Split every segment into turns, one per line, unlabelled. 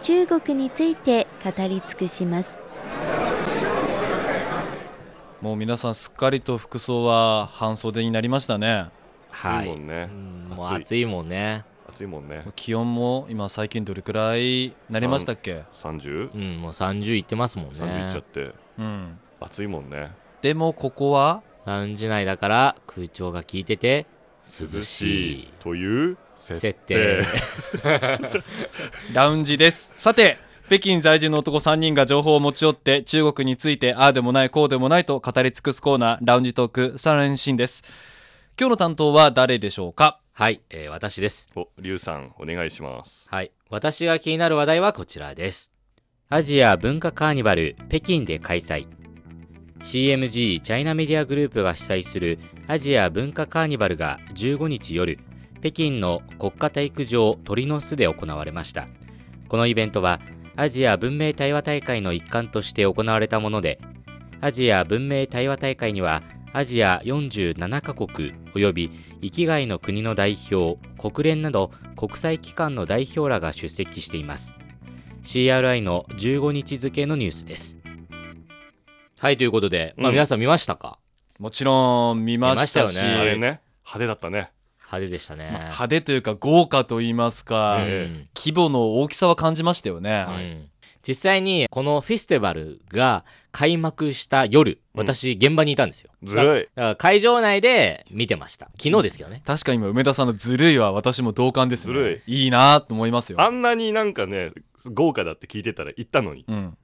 中国について語り尽くします。
もう皆さんすっかりと服装は半袖になりましたね
はい
暑いもんね
うん
暑い
もう暑いもんね
暑いもんね
気温も今最近どれくらいなりましたっけ
30?30
うんもう30いってますもん
いっちゃっ
ね
て
うん
暑いもんね
でもここは
ラウンジ内だから空調が効いてて涼
涼
し
し
い
いという設
設定
ラウンジですさて北京在住の男3人が情報を持ち寄って中国についてああでもないこうでもないと語り尽くすコーナーラウンジトーク3連進です今日の担当は誰でしょうか
はい、えー私です
お、リュウさんお願いします
はい私が気になる話題はこちらですアジア文化カーニバル北京で開催 CMG チャイナメディアグループが主催するアジア文化カーニバルが15日夜北京の国家体育場鳥の巣で行われましたこのイベントはアジア文明対話大会の一環として行われたものでアジア文明対話大会にはアジア47カ国及び域外の国の代表国連など国際機関の代表らが出席しています CRI の15日付のニュースですはいということで、まあ、
うん
皆さん見ましたか、
もちろん見ましたし
見ました
あ
よ
れね派手だったね
派手でしたね、
まあ派手というか豪華と言いますか、
うん
え
規模の大きさは感じましたよね、
うん実際にこのフェスティバルが開幕した夜
うん
私現場にいたんですよ、
ずるい
だから会場内で見てました昨日ですけどね、
確かに今梅田さんのずるいは私も同感ですね
ずる
いいなと思いますよ
あんなになんかね豪華だって聞いてたら行ったのに
うん、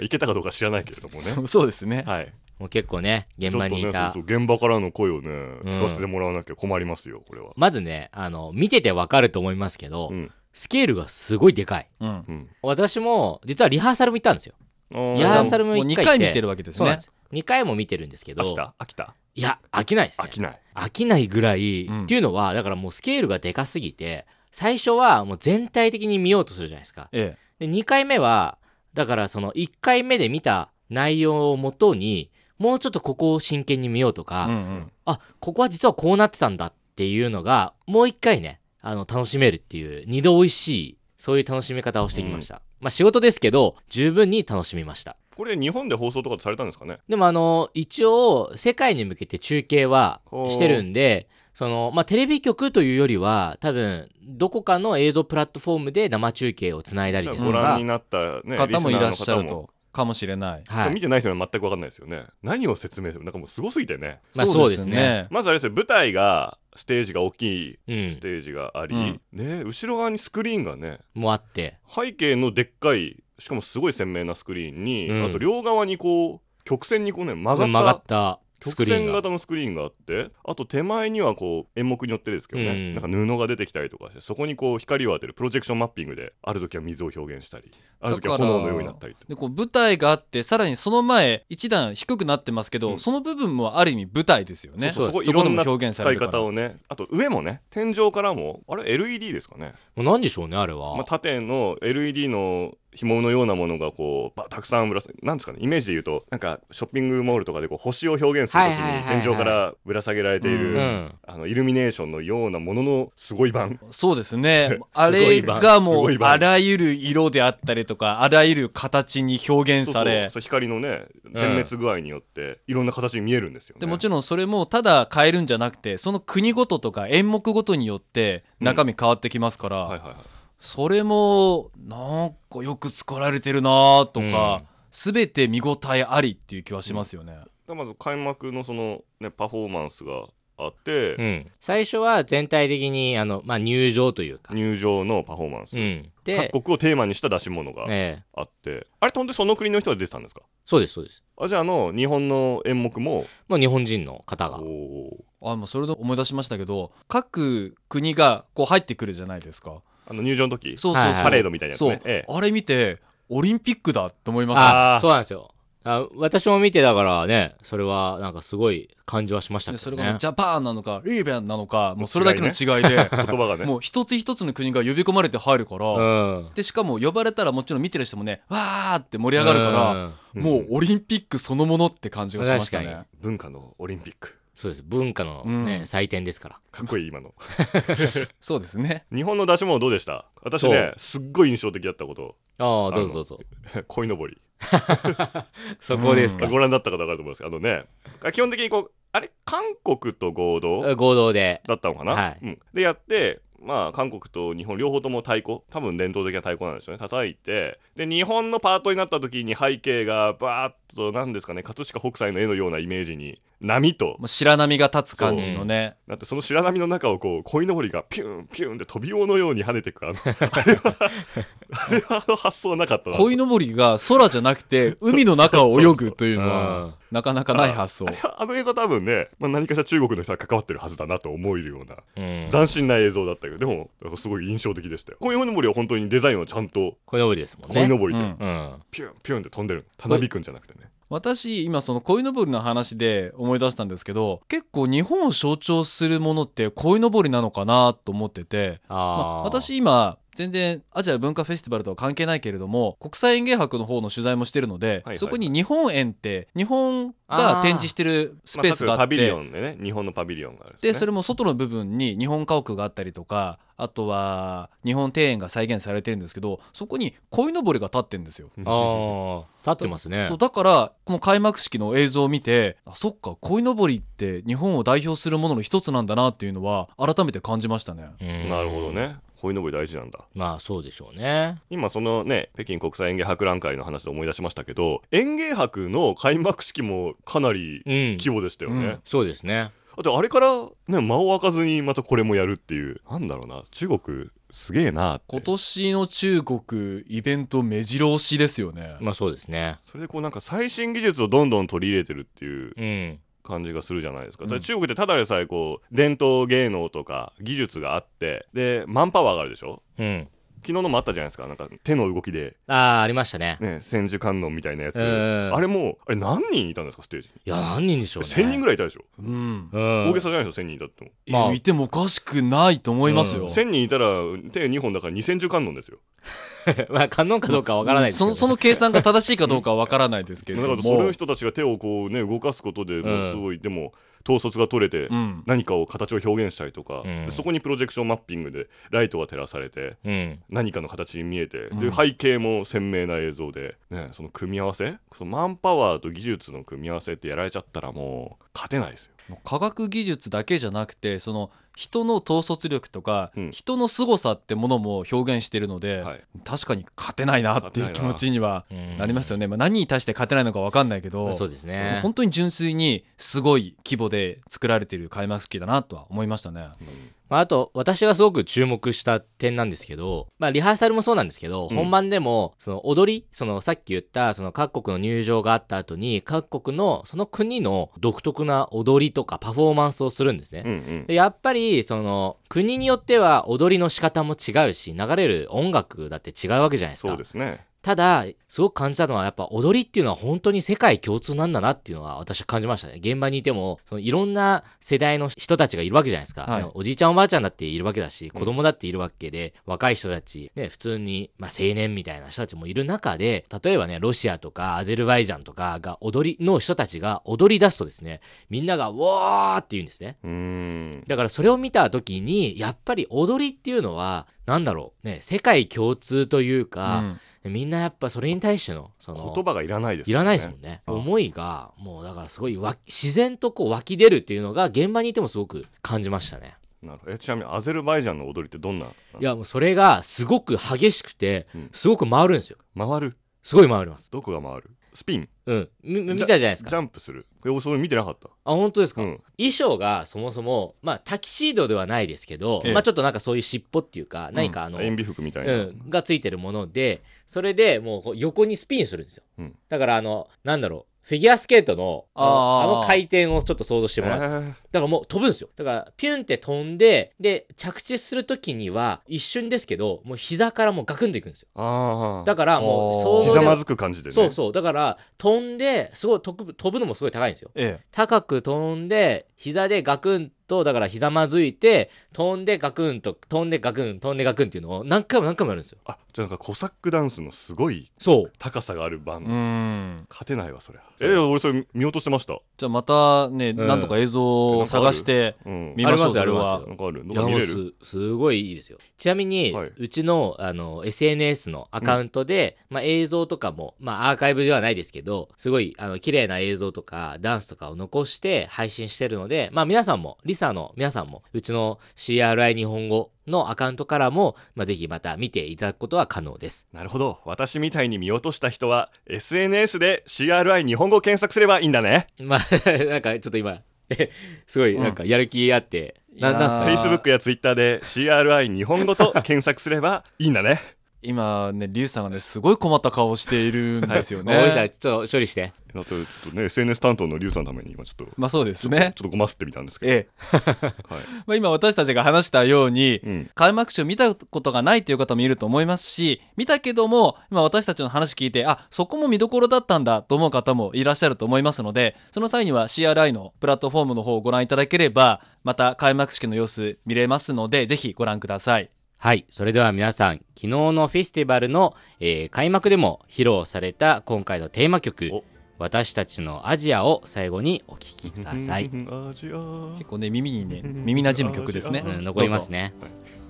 行けたかどうか知らないけれどもね
そう そうですね、
はい
もう結構ね現場にい
ちょ
た、
っとねそうそう現場からの声をね聞かせてもらわなきゃ困りますよこれは
まずねあの見ててわかると思いますけど、
うん
スケールがすごいでかい
うん
うん
私も実はリハーサルも行ったんですよ
い
リハーサルも
もう
一
2
回行って
回見てるわけです
そうなん
ね
です2回も見てるんですけど
飽きた飽きた
いや飽きないですね
飽きない
飽きないぐらい、
うん
っていうのはだからもうスケールがでかすぎて最初はもう全体的に見ようとするじゃないですか
え
で2回目はだからその1回目で見た内容をもとにもうちょっとここを真剣に見ようと
え
か、
うんうん
あここは実はこうなってたんだっていうのがもう1回ねあの楽しめるっていう2度おいしいそういう楽しみ方をしてきました、まあ仕事ですけど十分に楽しみました
これ日本で放送とかされたんですかね
でもあの一応世界に向けて中継は
ほう
してるんでそのまあテレビ局というよりは多分どこかの映像プラットフォームで生中継をつないだり
じゃあ
です
ご
と
覧
か
に、なったね
方もいらっしゃる
リスナーの方も
とかもしれない、
はい
見てない人には全く分かんないですよね何を説明するなんかもうすごすぎてね
まあそうですね
まずあれですよ舞台がステージが大きい
うん
ス、テージがあり、
うん
ね後ろ側にスクリーンがね
もあって
背景のでっかいしかもすごい鮮明なスクリーンに、
うん
あと両側にこう曲線にこうね曲が
曲
った
がったスク
曲
リーン
線
が
型のスクリーンがあってあと手前にはこう演目によってですけどね、
うん
なんか布が出てきたりとかしてそこにこう光を当てるプロジェクションマッピングである時は水を表現したりある時は
だから
炎のようになったりと
でこう舞台があってさらにその前一段低くなってますけど、
うん
その部分もある意味舞台ですよね
そうそう
そ
そ
こ
こ
で
いろん
も
な
表現さ
使
れ
い
るから
方をねあと上もね天井からもあれ LED ですかね
もう何でしょうねあれは、
まあ、縦の LED の紐のようなものがこうばたくさんぶら下げなんですかねイメージで言うとなんかショッピングモールとかでこう星を表現するとき
はいはいはい
に
はい
天井からぶら下げられている、
うん
あのイルミネーションのようなもののすごい版
そうです ねあ
すご
れ
い版
がも
すご
う
い版
あらゆる色であったりとかあらゆる形に表現
そうそ
さ
う
れ
そう光のね点滅具合によっていろんな形に見えるんですよね。
でもちろんそれもただ変えるんじゃなくてその国ごととか演目ごとによって中身変わってきますから、
はいはいはい
それもなんかよく作られてるなとか、全て見応えありっていう気はしますよね。
でまず開幕のその、ね、パフォーマンスがあって、
うん、最初は全体的にあの、まあ、入場というか、
入場のパフォーマンス、
うん、で
各国をテーマにした出し物が
ええ
あって、あれ飛んでその国の人が出てたんですか
そうですそうです
あじゃああの日本の演目も
もう日本人の方が
おー
あもうそれで思い出しましたけど各国がこう入ってくるじゃないですか。
あの入場の時
そうそうそう、
はいはい
パレードみたいなやつ
そう
ね、ええ
あれ見てオリンピックだと思いました
あ
あそうなんですよあ私も見てだからねそれはなんかすごい感じはしました
で
け
そ
ど
れ
ね
がジャパンなのかリーベンなのかもうそれだけの違いで
言葉 がね
もう一つ一つの国が呼び込まれて入るから、
うん
でしかも呼ばれたらもちろん見てる人もねわーって盛り上がるから、
うん
もうオリンピックそのものって感じがしました
確か
ね
に。
文化のオリンピック
そうです文化の、ね
うん
祭典ですから
かっこいい今の
そうですね。
日本の出し物どうでした私ねすっごい印象的だったこと
ああどうぞどうぞ
鯉のぼり
そこですか、
うん
ご覧だった方分かると思いますけどあのね基本的にこうあれ韓国と合同
合同で
だったのかな、
はい
うん、でやってまあ韓国と日本両方とも太鼓多分伝統的な太鼓なんでしょうね叩いてで日本のパートになった時に背景がバーッと何ですかね葛飾北斎の絵のようなイメージに波と
もう白波が立つ感じのね。
だってその白波の中をこう鯉のぼりがピュンピュンって飛び魚のように跳ねてく あのあれはあれはあの発想なかったな
鯉のぼりが空じゃなくて海の中を泳ぐというの
う
は
ん
なかなかない発想
あれ。はあの映像多分ね、まあ、何かしら中国の人が関わってるはずだなと思えるような
うん
斬新な映像だったけどでもすごい印象的でしたよ鯉のぼりは本当にデザインをちゃんと
こいのぼりですもんね
鯉のぼりで、
うん
うん
ピュンピュンって飛んでるのたなびくんじゃなくてね
私今その鯉のぼりの話で思い出したんですけど結構日本を象徴するものって鯉のぼりなのかなと思ってて
あー、
まあ、私今全然アジア文化フェスティバルとは関係ないけれども国際園芸博の方の取材もしてるので、
はいはい
そこに日本園って日本が展示してるスペースが
ま
あっ
各パビ
て、
リオンでね日本のパビリオンがあるんですね
でそれも外の部分に日本家屋があったりとかあとは日本庭園が再現されてるんですけどそこに鯉のぼりが立ってるんですよ。
うん
ああ立ってますね
そうだからこの開幕式の映像を見てあそっか鯉のぼりって日本を代表するものの一つなんだなっていうのは改めて感じましたね。
うん
なるほどね鯉のぼり大事なんだ
まあそうでしょうね
今そのね北京国際園芸博覧会の話で思い出しましたけど園芸博の開幕式もかなり
うん
規模でしたよね、
うん
そうですね
あとあれからね間を空かずにまたこれもやるっていうなんだろうな中国すげえなって
今年の中国イベント目白押しですよね。
まあそうですね
それでこうなんか最新技術をどんどん取り入れてるっていう
うん
感じがするじゃないですか。
うん
だから中国ってただでさえこう伝統芸能とか技術があってでマンパワーがあるでしょ
うん
昨日のもあったじゃないですかなんか手の動きで、
ああありましたね
ね、千手観音みたいなやつ、
うん
あれもうあれ何人いたんですかステージに
いや何人でしょうね
1000人ぐ
らい、
らいいたでしょ、
うん、
うん、
大げさじゃないですよ1000人いたっても
え
まあ
いてもおかしくないと思いますよ。
うん
1000人いたら手2本だから2千手観音ですよ
まあ観音かどうかわからないですけ
そ
ど、
のその計算が正しいかどうかはわからないですけれ
だ
ど
か
も。
らその人たちが手をこうね動かすことでもうすごい、でも統率が取れて、
うん、
何かを形を表現したりとか、
うん
そこにプロジェクションマッピングでライトが照らされて
うん
何かの形に見えて、
う
で
ん
背景も鮮明な映像で、ね、その組み合わせそのマンパワーと技術の組み合わせってやられちゃったらもう勝てないですよ。
もう科学技術だけじゃなくてその人の統率力とか、
うん
人の凄さってものも表現してるので、
はい
確かに勝てないなっていう気持ちには
うん
なりますよね、まあ、何に対して勝てないのかわかんないけど、
そうですね
本当に純粋にすごい規模で作られている開幕式だなとは思いましたね。
まあ、あと私がすごく注目した点なんですけど、まあ、リハーサルもそうなんですけど、
うん
本番でもその踊りそのさっき言ったその各国の入場があった後に各国のその国の独特な踊りとかパフォーマンスをするんですね。
うんうん
でやっぱりその国によっては踊りの仕方も違うし流れる音楽だって違うわけじゃないですか
そうですね
ただすごく感じたのはやっぱ踊りっていうのは本当に世界共通なんだなっていうのは私は感じましたね現場にいてもそのいろんな世代の人たちがいるわけじゃないですか、
はい
おじいちゃんおばあちゃんだっているわけだし
うん
子供だっているわけで、若い人たち、ね、普通に、まあ、青年みたいな人たちもいる中で例えばねロシアとかアゼルバイジャンとかが踊りの人たちが踊り出すとですねみんなが「ウォー!」って言うんですね
うーん
だからそれを見た時にやっぱり踊りっていうのはなんだろうね世界共通というか、
うん
みんなやっぱそれに対してのその
言葉がいらないです
い
よ
ら
ね
ないですもんね
ああ
思いがもうだからすごい湧き自然とこう湧き出るっていうのが現場にいてもすごく感じましたね
なるほどえちなみにアゼルバイジャンの踊りってどんない
やもうそれがすごく激しくて
うん
すごく回るんですよ
回る
すごい回ります
どこが回るスピン
うんみ見
ジャ
たじゃないです
ジ
かあ
ャンプするこれそれ見てなかった
本当ですか、
うん
衣装がそもそもまあタキシードではないですけど、
ええ
まあちょっとなんかそういう尻尾っていうか何かあの、
塩ビ服みたいな、
うん、がついてるものでそれでもうこう横にスピンするんですよ、
うん
だからあのなんだろうフィギュアスケートのあの
あー
あの回転をちょっと想像してもらう。だからもう飛ぶんですよ。だからピュンって飛んで、で、着地するときには一瞬ですけど、もう膝からもうガクンといくんですよ。
あ
だからもう想
あー
像
ひざ
で
まずく感じでね
そうそう。だから飛んで、すごい飛ぶ飛ぶのもすごい高いんですよ。
え
高く飛んで、膝でガクンと、だからひざまずいて、飛んでガクンと、飛んでガクン、飛んでガクンっていうのを何回も何回もやるんですよ。
あじゃあなんかコサックダンスのすごい
そう。
高さがあるバ
え
ン
うーん
勝てないわそりゃ
そ
え
う
ー俺それ見落としてました
じゃあまたね、
うん
なんとか映像を探して
うん
見ましょう
あ
そ
り
れ
ま
は
すありますよ
なんかある
い
ど
や
こ見
もう
れる
すすごいいいですよちなみに、
はいう
ちのあの SNS のアカウントで、まあ、映像とかも、まあ、アーカイブではないですけどすごいあの綺麗な映像とかダンスとかを残して配信してるので、まあ、皆さんもリサの皆さんもうちの CRI 日本語のアカウントからも、まあ、ぜひまた見ていただくことは可能です
なるほど私みたいに見落とした人は SNS で CRI 日本語検索すればいいんだね
まあ なんかちょっと今 えすごいなんかやる気あって、ない
やー
なんすかね
Facebook や Twitter で CRI 日本語と検索すればいいんだね
今ねリュウさんがねすごい困った顔をしているんですよ ね、
大石さんちょっと処理して
だってちょっとね SNS 担当のリュウさんのために今ちょっと
まあそうですね
ちょっとごますってみたんですけど、
ええ
はい
まあ今私たちが話したように、
うん、
開幕式を見たことがないという方もいると思いますし見たけども今私たちの話聞いてあそこも見どころだったんだと思う方もいらっしゃると思いますのでその際には CRI のプラットフォームの方をご覧いただければまた開幕式の様子見れますのでぜひご覧ください
はい。それでは皆さん、昨日のフェスティバルの、えー開幕でも披露された今回のテーマ曲
お、
私たちのアジアを最後にお聴きください。
アジア
結構ね耳にね耳なじむ曲ですね
うん
ん
残りますね
どうぞ。